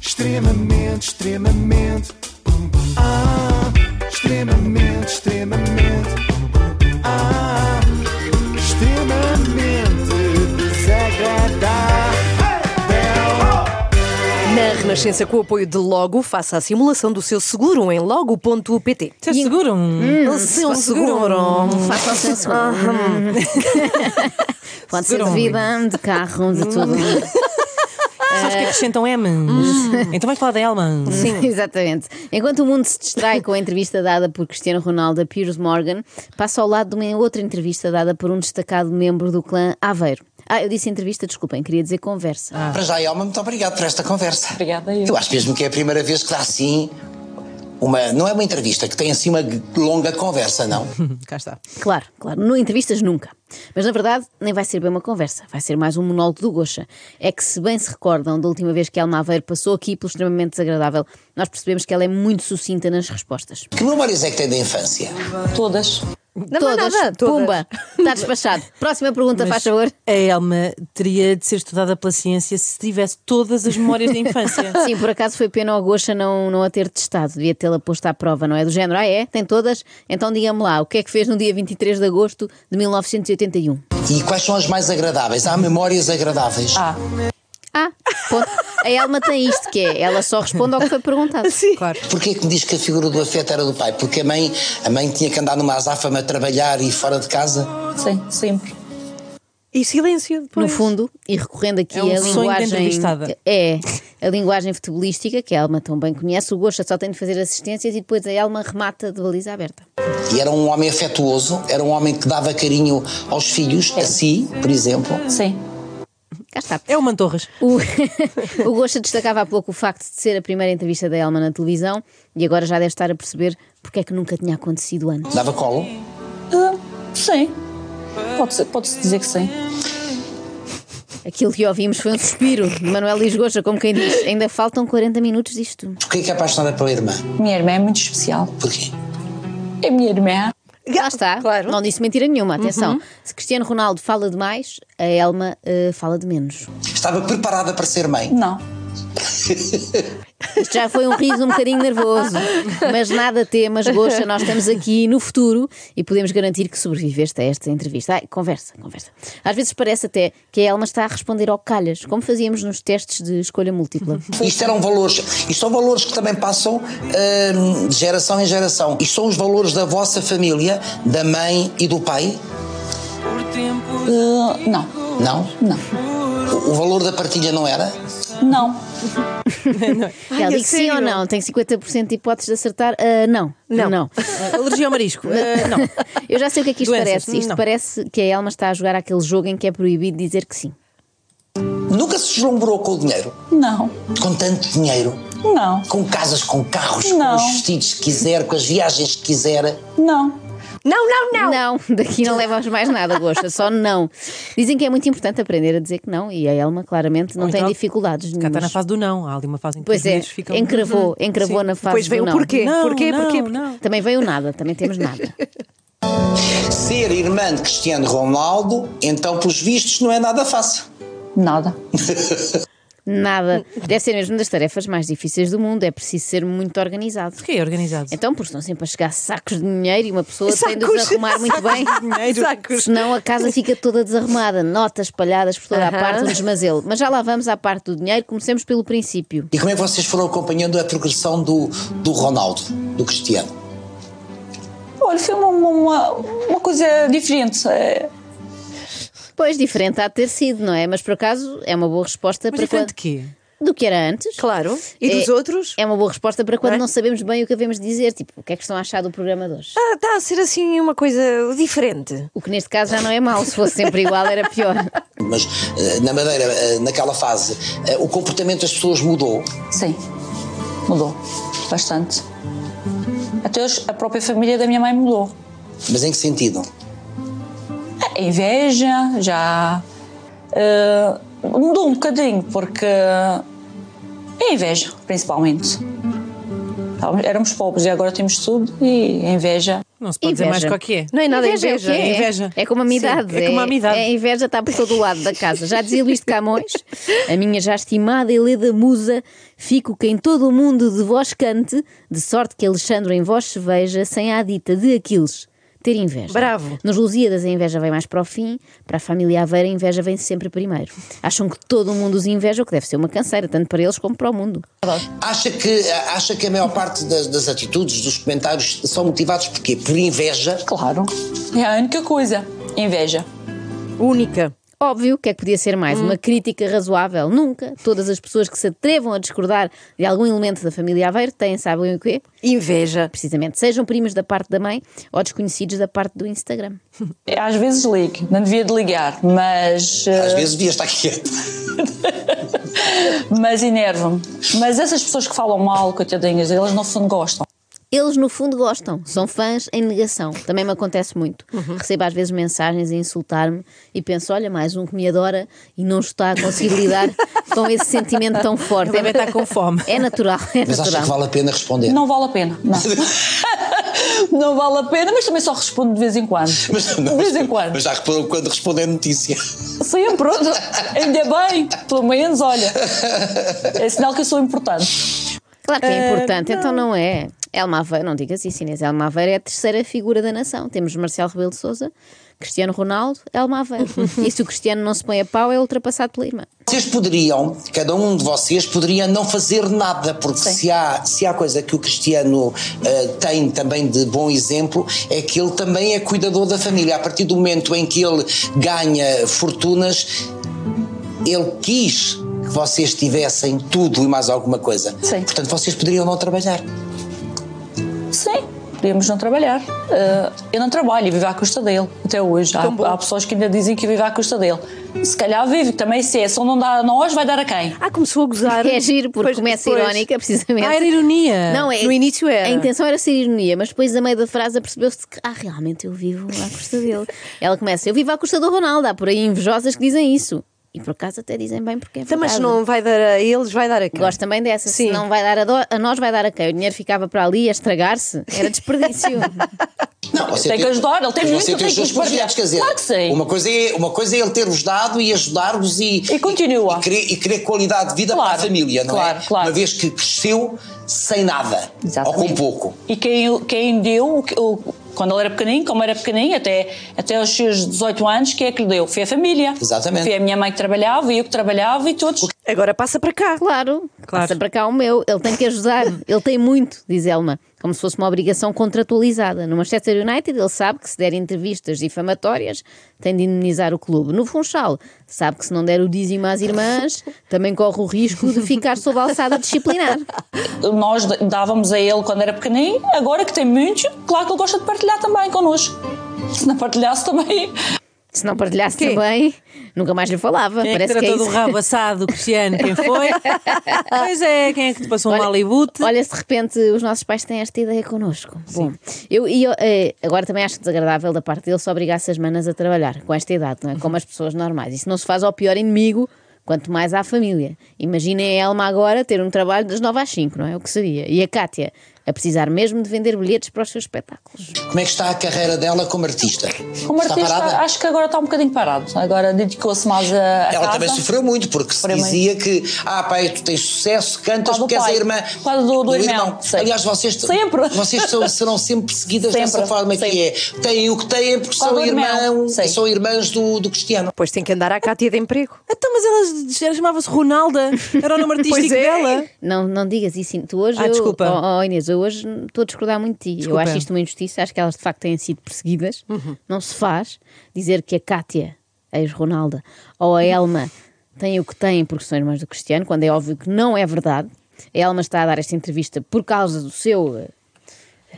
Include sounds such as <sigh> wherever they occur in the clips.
Extremamente, extremamente. Ah, extremamente, extremamente. Ah, extremamente desagradável. Na Renascença, com o apoio de Logo, faça a simulação do seu seguro em logo.pt. Hum, Ser é seguro? Hum. O seu um seguro. Ah, Faça o seu seguro. Pode ser de Seguro. vida, de carro, de tudo. Sabes que acrescentam M? Então vais falar da Elma. Sim, <laughs> exatamente. Enquanto o mundo se distrai com a entrevista dada por Cristiano Ronaldo a Piers Morgan, passa ao lado de uma outra entrevista dada por um destacado membro do clã Aveiro. Ah, eu disse entrevista, desculpem, queria dizer conversa. Ah. Para já, Elma, muito obrigado por esta conversa. Obrigada eu. Eu acho mesmo que é a primeira vez que dá assim uma. Não é uma entrevista, que tem assim uma longa conversa, não? Cá está. Claro, claro. No entrevistas nunca. Mas na verdade, nem vai ser bem uma conversa. Vai ser mais um monólogo do Gocha. É que, se bem se recordam da última vez que Elma Aveiro passou aqui pelo extremamente desagradável, nós percebemos que ela é muito sucinta nas respostas. Que memórias é que tem da infância? Todas. Não é nada, todas. Pumba! <laughs> Está despachado. Próxima pergunta, Então faz favor. A Elma teria de ser estudada pela ciência se tivesse todas as memórias da infância. <laughs> Sim, por acaso foi pena ao Gocha não, não a ter testado. Devia tê-la posto à prova, não é? Do género, ah é? Tem todas? Então diga-me lá, o que é que fez no dia 23 de agosto de 1981? E quais são as mais agradáveis? Há memórias agradáveis. Ah. Ah, ponto. A Elma tem isto, que é, ela só responde ao que foi perguntado. Sim. Claro. Porquê que me diz que a figura do afeto era do pai? Porque a mãe, a mãe tinha que andar numa azáfama a trabalhar e fora de casa? Sim, sempre. E silêncio no depois. fundo, e recorrendo aqui É um à sonho da linguagem. entrevistada. É, a linguagem futebolística, que a Elma tão bem conhece, o Gosta só tem de fazer assistências e depois a Elma remata de baliza aberta. E era um homem afetuoso, era um homem que dava carinho aos filhos, a si, por exemplo. Sim. Cá está. É uma Torres. O, <laughs> o Gosta destacava há pouco o facto de ser a primeira entrevista da Elma na televisão e agora já deve estar a perceber porque é que nunca tinha acontecido antes. Dava colo. Ah, sim. Pode-se pode dizer que sim. Aquilo que ouvimos foi um suspiro de Manuel Luís Gosta, como quem diz, ainda faltam 40 minutos disto. Porquê que é apaixonada pela irmã? Minha irmã é muito especial. Porquê? É minha irmã. Lá está, Claro. não disse mentira nenhuma, atenção. Se Cristiano Ronaldo fala de mais, a Elma eh, fala de menos. Estava preparada para ser mãe. Não. Isto já foi um riso um bocadinho nervoso, mas nada temas, Goxa, nós estamos aqui no futuro e podemos garantir que sobreviveste a esta entrevista. Ai, conversa, conversa. Às vezes parece até que a Elma está a responder ao calhas, como fazíamos nos testes de escolha múltipla. Isto eram valores, isto são valores que também passam hum, de geração em geração. Isto são os valores da vossa família, da mãe e do pai? Ah, não. Não? Não. O, o valor da partilha não era? Não. é? Ela diz sim ou não, tem 50% de hipóteses de acertar. Ah, não, não. não. Alergia ao marisco. Ah, não. Eu já sei o que é que isto Doenças, parece. Isto não. parece que a Elma está a jogar aquele jogo em que é proibido dizer que sim. Nunca se deslumbrou com o dinheiro? Não. Com tanto dinheiro? Não. Com casas, com carros, com Não. os vestidos que quiser, com as viagens que quiser? Não. Não, não, não. Não, <laughs> daqui não levamos mais nada, Gosta, só não. Dizem que é muito importante aprender a dizer que não e a Elma claramente não Ou tem então, dificuldades Cá está na nenhumas. fase do não. Há ali uma fase em que Pois os é, miúdos um- ficam... Uhum. encravou, encravou na fase Depois vem do o não. porquê. Não, porquê, não, porquê, porquê. não. Também veio nada, também temos nada. Ser irmã de Cristiano Ronaldo, então, pelos vistos, não é nada fácil. Nada. Nada. Deve ser mesmo das tarefas mais difíceis do mundo, é preciso ser muito organizado. Porquê é organizado? Então, porque estão sempre a chegar sacos de dinheiro e uma pessoa tem de os Sacos. arrumar muito bem. Dinheiro. Senão a casa fica toda desarrumada, notas espalhadas por toda a Aham. parte do desmazelo. Mas já lá vamos à parte do dinheiro, comecemos pelo princípio. E como é que vocês foram acompanhando a progressão do, do Ronaldo, do Cristiano? Olha, foi uma, uma, uma coisa diferente. É, Pois, diferente há de ter sido, não é? Mas por acaso é uma boa resposta Mas para diferente quando... de quê? do que era antes. Claro. E dos É- outros? É uma boa resposta para quando Não não, é? sabemos bem o que devemos dizer. Tipo, o que é que estão a achar do programa de hoje? Ah, está a ser assim uma coisa diferente. O que neste caso já não é mau. Se fosse sempre igual, era pior. Mas eh, na Madeira, eh, naquela fase, eh, o comportamento das pessoas mudou. Sim. Mudou. Bastante. Até hoje, a própria família da minha mãe mudou. Mas em que sentido? A inveja já eh, mudou um bocadinho, porque é a inveja, principalmente. Estávamos- Éramos pobres e agora temos tudo e a inveja. Não se pode dizer mais Inveja. qual que é. Não é nada Inveja é o inveja. quê? é inveja. É como a minha Sim, idade. é como a minha idade. é- A inveja está por todo o lado da casa. Já dizia Luís de Camões, a minha já estimada Heleda Musa, fico que em todo o mundo de vós cante, de sorte que Alexandre em vós se veja, sem a dita de Aquiles. Ter inveja. Bravo. Nos Lusíadas a inveja vem mais para o fim, para a família Aveira a inveja vem sempre primeiro. Acham que todo o mundo os inveja, o que deve ser uma canseira, tanto para eles como para o mundo. Acha que, eh, acha que a maior parte das, das atitudes, dos comentários, são motivados por quê? Por inveja? Claro. É a única coisa. Inveja. Única. Óbvio que é que podia ser Hum. mais uma crítica razoável. Nunca todas as pessoas que se atrevam a discordar de algum elemento da família Aveiro têm, sabem o quê? Inveja. Precisamente, sejam primos da parte da mãe ou desconhecidos da parte do Instagram. Às vezes ligo, não devia de ligar, mas, eh, Às vezes devia estar quieto. <laughs> mas enerva-me. Mas essas pessoas que falam mal, coitadinhas, elas no fundo gostam. Eles, no fundo, gostam, são fãs em negação. Também me acontece muito. Uhum. Recebo às vezes mensagens a insultar-me e penso: olha, mais um que me adora e não está a conseguir <laughs> lidar com esse sentimento tão forte. Ele também está com fome. <laughs> É natural, é Mas acha natural. que vale a pena responder? Não vale a pena, <laughs> não. não vale a pena, mas também só respondo de vez em quando. de vez em quando. Mas já reparou que quando responder a notícia. Sim, é pronto. Ainda bem. Pelo menos, olha. É sinal que eu sou importante. Claro que Ah, é importante, então não é. Elma Aveiro, não digas isso, Inês. Elma Aveiro é a terceira figura da nação. Temos Marcelo Rebelo de Souza, Cristiano Ronaldo, <laughs> Elma Aveiro. e se o Cristiano não se põe a pau, é ultrapassado pela irmã. Vocês poderiam, cada um de vocês poderia não fazer nada, porque se há, se há coisa que o Cristiano eh, tem também de bom exemplo, é que ele também é cuidador da família. A partir do momento em que ele ganha fortunas, ele quis que vocês tivessem tudo e mais alguma coisa. Sim. Portanto, vocês poderiam não trabalhar. Sim, podíamos não trabalhar. Eh, eu não trabalho e vivo à custa dele, até hoje. Há, há pessoas que ainda dizem que vive à custa dele. Se calhar vive, também se é. Se ele não dá a nós, vai dar a quem? Ah, começou a gozar. <laughs> É giro, porque começa irónica, precisamente. Ah, era ironia. Não, é- No início era. A intenção era ser ironia, mas depois, a meio da frase, apercebeu-se que, ah, realmente eu vivo à custa dele. Ela começa, eu vivo à custa do Ronaldo. Há por aí invejosas que dizem isso. E por acaso até dizem bem porque é Então, verdade. mas se não vai dar a eles, vai dar a quem? Gosto também dessa. Sim. Se não vai dar a, dó- a nós, vai dar a quem? O dinheiro ficava para ali a estragar-se? Era <laughs> desperdício. Não, você Tem que ajudar, ele tem você muito, tem os que seus espartilhar. projetos, quer dizer, Claro que sim. Uma coisa é, uma coisa é ele ter-vos dado e ajudar-vos e, E continua. E, querer, e querer qualidade de vida Claro, para a família, não é? claro, claro. Uma vez que cresceu sem nada, ou com pouco. E quem, quem deu, o que- o- quando ele era pequenino, como era pequenino, até, até aos seus 18 anos, quem é que lhe deu? Foi a família. Exatamente. Foi a minha mãe que trabalhava, e eu que trabalhava e todos. Agora passa para cá. Claro, passa para cá o meu. Ele tem que ajudar. Ele tem muito, diz Elma. Como se fosse uma obrigação contratualizada. No Manchester United, ele sabe que se der entrevistas difamatórias, tem de indemnizar o clube. No Funchal, sabe que se não der o dízimo às irmãs, também corre o risco de ficar sob a alçada disciplinar. Nós d- dávamos a ele quando era pequenino, agora que tem muitos, claro que ele gosta de partilhar também connosco. Se não partilhasse também. Se não partilhasse Quem? também, nunca mais lhe falava. Quem é que Parece que é tratou do isso. rabo assado, Cristiano? <laughs> Quem foi? pois é, quem é que te passou um Hollywood? Olha, se de repente os nossos pais têm esta ideia connosco. Bom, eu, e eu, eh, agora também acho desagradável da parte dele se obrigasse as manas a trabalhar com esta idade, não é? Como as pessoas normais. Isso não se faz ao pior inimigo, quanto mais à família. Imaginem a Elma agora ter um trabalho das 9 às 5, não é? O que seria? E a Cátia a precisar mesmo de vender bilhetes para os seus espetáculos. Como é que está a carreira dela como artista? Como está artista, parada? acho que agora está um bocadinho parado. Agora dedicou-se mais a. a Ela casa. também sofreu muito, porque se Sofreu muito. dizia que, ah, pai, tu tens sucesso, cantas Por causa do porque és a pai. irmã. Por causa do- do irmão, sim. Aliás, vocês, Sempre. vocês são- serão sempre perseguidas <laughs> Sempre, dessa forma sempre. que é. Têm o que têm porque Por são, causa do irmão, irmão, sim. são irmãs do, do Cristiano. Depois tem que andar à Cátia de emprego. Então, mas ela, ela chamava-se Ronalda. Era o nome artístico Pois é. dela. Não, não digas isso. Tu hoje. Ah, eu, desculpa. Oh, oh, Inês, eu hoje estou a discordar muito de ti. Desculpa. Eu acho isto uma injustiça. Acho que elas de facto têm sido perseguidas. Não se faz dizer que a Cátia, ex-Ronalda, ou a Elma têm o que têm porque são irmãs do Cristiano, quando é óbvio que não é verdade. A Elma está a dar esta entrevista por causa do seu. eh,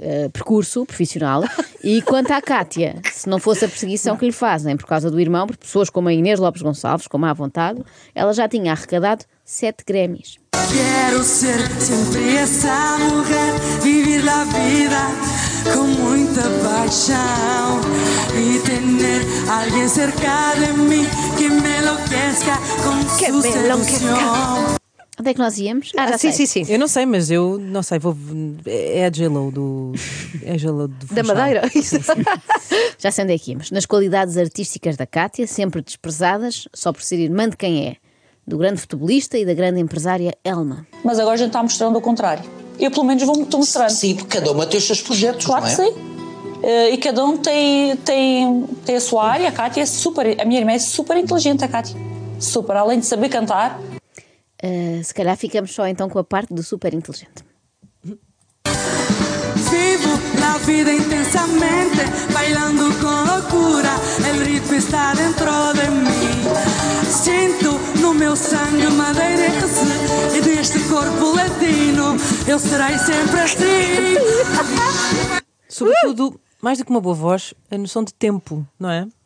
eh, percurso profissional e quanto à Cátia, se não fosse a perseguição que lhe fazem por causa do irmão, por pessoas como a Inês Lopes Gonçalves, como à vontade, ela já tinha arrecadado sete Grêmios. Quero ser sempre essa mulher, viver a vida com muita paixão e ter alguém cerca de mim que me enlouquezca com Que su me enlouquezca. sedução. Onde é que nós íamos? Ah, já sim, sei. sim, sim. Eu não sei, mas eu não sei, vou. É a J-Lo do. É a J-Lo do Da Funchal. Madeira? Já sei onde é que íamos. Nas qualidades artísticas da Cátia, sempre desprezadas, só por ser irmã de quem é. Do grande futebolista e da grande empresária Elma. Mas agora a gente está mostrando o contrário. Eu, pelo menos, vou estou mostrando. Sim, porque cada uma tem os seus projetos, Claro não que é? sim. Eh, E cada um tem, tem, tem a sua área. A Cátia é super. A minha irmã é super inteligente, a Cátia. Super. Além de saber cantar, Ah, se calhar ficamos só então com a parte do super inteligente. Vivo la vida intensamente, bailando con locura, el ritmo está dentro de mim. Sinto no meu sangue madeirense e deste corpo latino, eu serei sempre assim. Sobretudo, mais do que uma boa voz, a noção de tempo, não é? <laughs>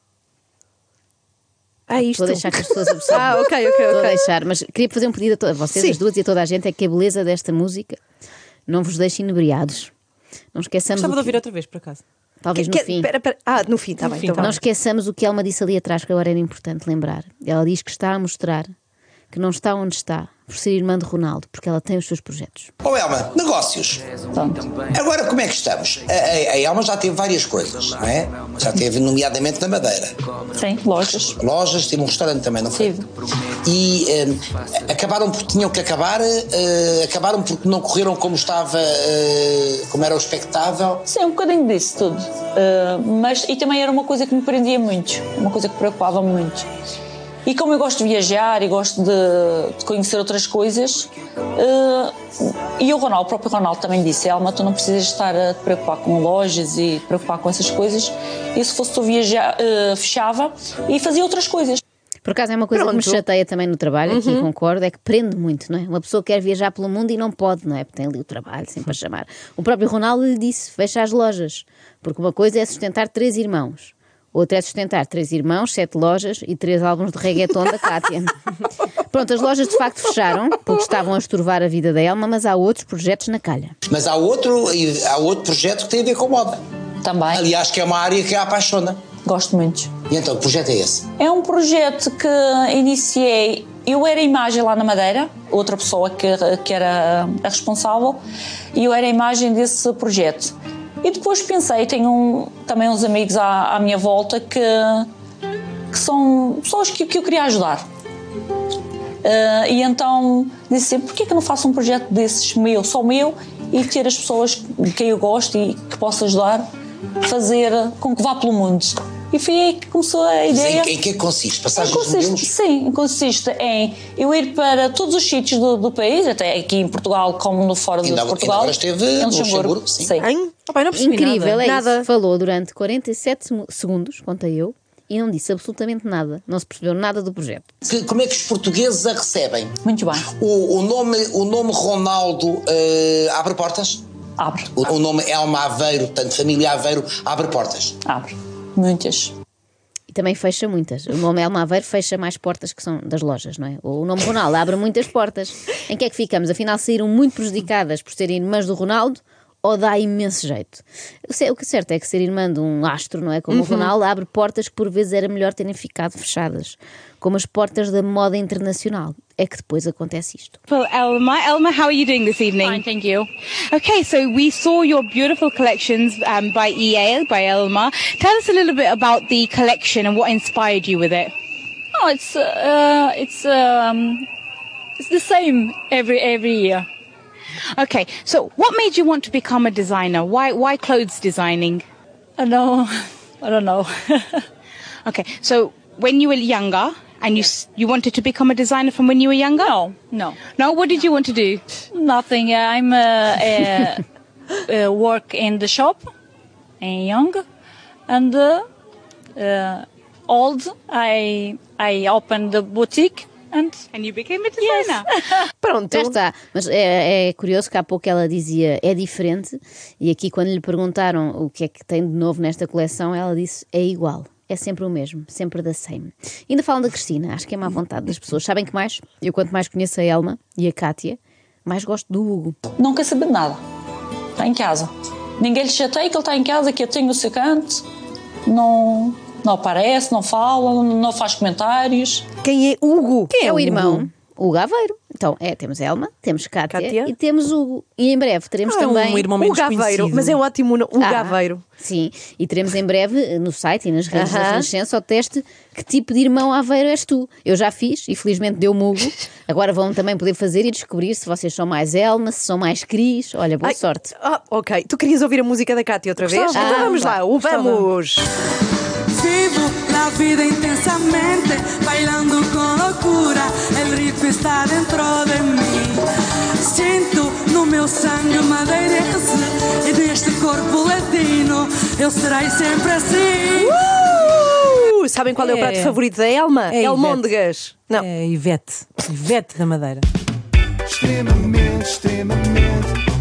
Ah, isto. Vou deixar que as pessoas observem. <laughs> Ah, ok, ok, Vou ok. deixar, mas queria fazer um pedido a todas vocês, Sim. as duas e a toda a gente, é que a beleza desta música não vos deixe inebriados. Não esqueçamos. Gostava o de que- ouvir outra vez, por acaso. Talvez Que- no que- fim. tá pera, pera. Ah, no fim, está bem. então Não vá. esqueçamos o que Elma disse ali atrás, que agora era importante lembrar. Ela diz que está a mostrar que não está onde está por ser irmã de Ronaldo, porque ela tem os seus projetos. Ó Oh, Elma, negócios. Agora como é que estamos? A, a- a Elma já teve várias coisas, não é? Já teve, nomeadamente na Madeira. tem lojas. Lojas, teve um restaurante também, não foi? Tive. E eh, acabaram porque tinham que acabar, eh, acabaram porque não correram como estava, eh, como era o expectável. Sim, um bocadinho disso tudo. Eh, mas, e também era uma coisa que me prendia muito, uma coisa que preocupava muito. E como eu gosto de viajar e gosto de, de conhecer outras coisas, eh, e o Ronaldo, o próprio Ronaldo também disse: Elma, tu não precisas estar a te preocupar com lojas e te preocupar com essas coisas. E se fosse tu viajar, eh, fechava e fazia outras coisas. Por acaso é uma coisa que me chateia também no trabalho, Uhum. aqui concordo, é que prende muito, não é? Uma pessoa quer viajar pelo mundo e não pode, não é? Porque tem ali o trabalho sempre a chamar. O próprio Ronaldo lhe disse: fecha as lojas, porque uma coisa é sustentar três irmãos. Outra é sustentar três irmãos, sete lojas e três álbuns de reggaeton da <laughs> Cátia. Pronto, as lojas de facto fecharam, porque estavam a estorvar a vida da Elma, mas há outros projetos na calha. Mas há outro, e há outro projeto que tem a ver com moda. Também Aliás, que é uma área que a apaixona. gosto muito. E então, que projeto é esse? É um projeto que iniciei. Eu era imagem lá na Madeira, outra pessoa que, que era a responsável, e eu era a imagem desse projeto. E depois pensei, tenho um- também uns amigos à, à minha volta que, que são pessoas que, que eu queria ajudar. Ah, e então disse assim, porquê que eu não faço um projeto desses meu, só meu, e ter as pessoas de quem eu gosto e que posso ajudar, fazer com que vá pelo mundo. E foi aí que começou a Mas ideia. Em, em que é que consiste? Passagens de Consiste, modelos? sim, consiste em eu ir para todos os sítios do, do país, até aqui em Portugal, como no fora de Ainda- ainda Portugal. É um agora esteve em no Luxemburgo. Luxemburgo, sim. Hein? Ah, pá, eu não percebi Incrível, nada. é Nada. isso. Falou durante 47 semu- segundos, contei eu, e não disse absolutamente nada. Não se percebeu nada do projeto. Que- como é que os portugueses a recebem? Muito bem. O, o nome, o nome Ronaldo eh, abre portas? Abre, O, o nome Elma Aveiro, portanto, família Aveiro, abre portas. abre. Muitas. E também fecha muitas. O nome Elma Aveiro fecha mais portas que são das lojas, não é? Ou o nome Ronaldo abre muitas portas. Em que é que ficamos? Afinal, saíram muito prejudicadas por serem irmãs do Ronaldo ou dá imenso jeito? O ce- O que é certo é que ser irmã de um astro, não é? Como o Ronaldo, abre portas que por vezes era melhor terem ficado fechadas. Como as portas da moda internacional. É que depois acontece isto. Well, Elma, Elma, how are you doing this evening? Fine, thank you. Okay, so we saw your beautiful collections um, by EA, by Elma. Tell us a little bit about the collection and what inspired you with it. No, Oh, it's uh, it's um, it's the same every every year. Okay, so what made you want to become a designer? Why, why clothes designing? I don't <laughs> I don't know. Okay, so when you were younger and you s you wanted to become a designer from when you were younger? no, no, No, what did you want to do? nothing. I'm uh, uh, uh, work in the shop, and young, and uh, uh, old. I I opened the boutique and And you became a designer. Pronto. Já está. Mas é, é curioso que há pouco ela dizia é diferente, e aqui quando lhe perguntaram o que é que tem de novo nesta coleção, ela disse é igual. É sempre o mesmo, sempre da same. Ainda falam da Cristina, acho que é má vontade das pessoas. Sabem que mais? Eu quanto mais conheço a Elma e a Kátia, mais gosto do Hugo. Não quer saber de nada. Está em casa. Ninguém lhe chateia que ele está em casa, que eu tenho o seu canto. Não, não aparece, não fala, não faz comentários. Quem é Hugo? é o irmão? o Gaveiro. Então, é, temos Elma, temos Cátia, Cátia. e temos Hugo. E em breve teremos Ah, é também. um irmão O menos Gaveiro, conhecido. mas é ótimo o Ah, Gaveiro. Sim, e teremos em breve eh, no site e nas redes da Aham. Renascença o teste que tipo de irmão aveiro és tu. Eu já fiz e felizmente deu <laughs> mugo. Agora vão também poder fazer e descobrir se vocês são mais Elma, se são mais Cris. Olha, boa Ai, sorte. Ah, ok. Tu querias ouvir a música da Cátia outra vez? Gostava. Então vamos lá, o Gostava. vamos! Vivo la vida intensamente, bailando con locura, el ritmo está dentro de mim. Sinto no meu sangue madeirense e deste corpo latino eu serei sempre assim. Uh! Sabem qual é, o É. prato favorito da Elma? É Elmôndegas. Não. É Ivete. Ivete da Madeira. Extremamente, extremamente. Ah,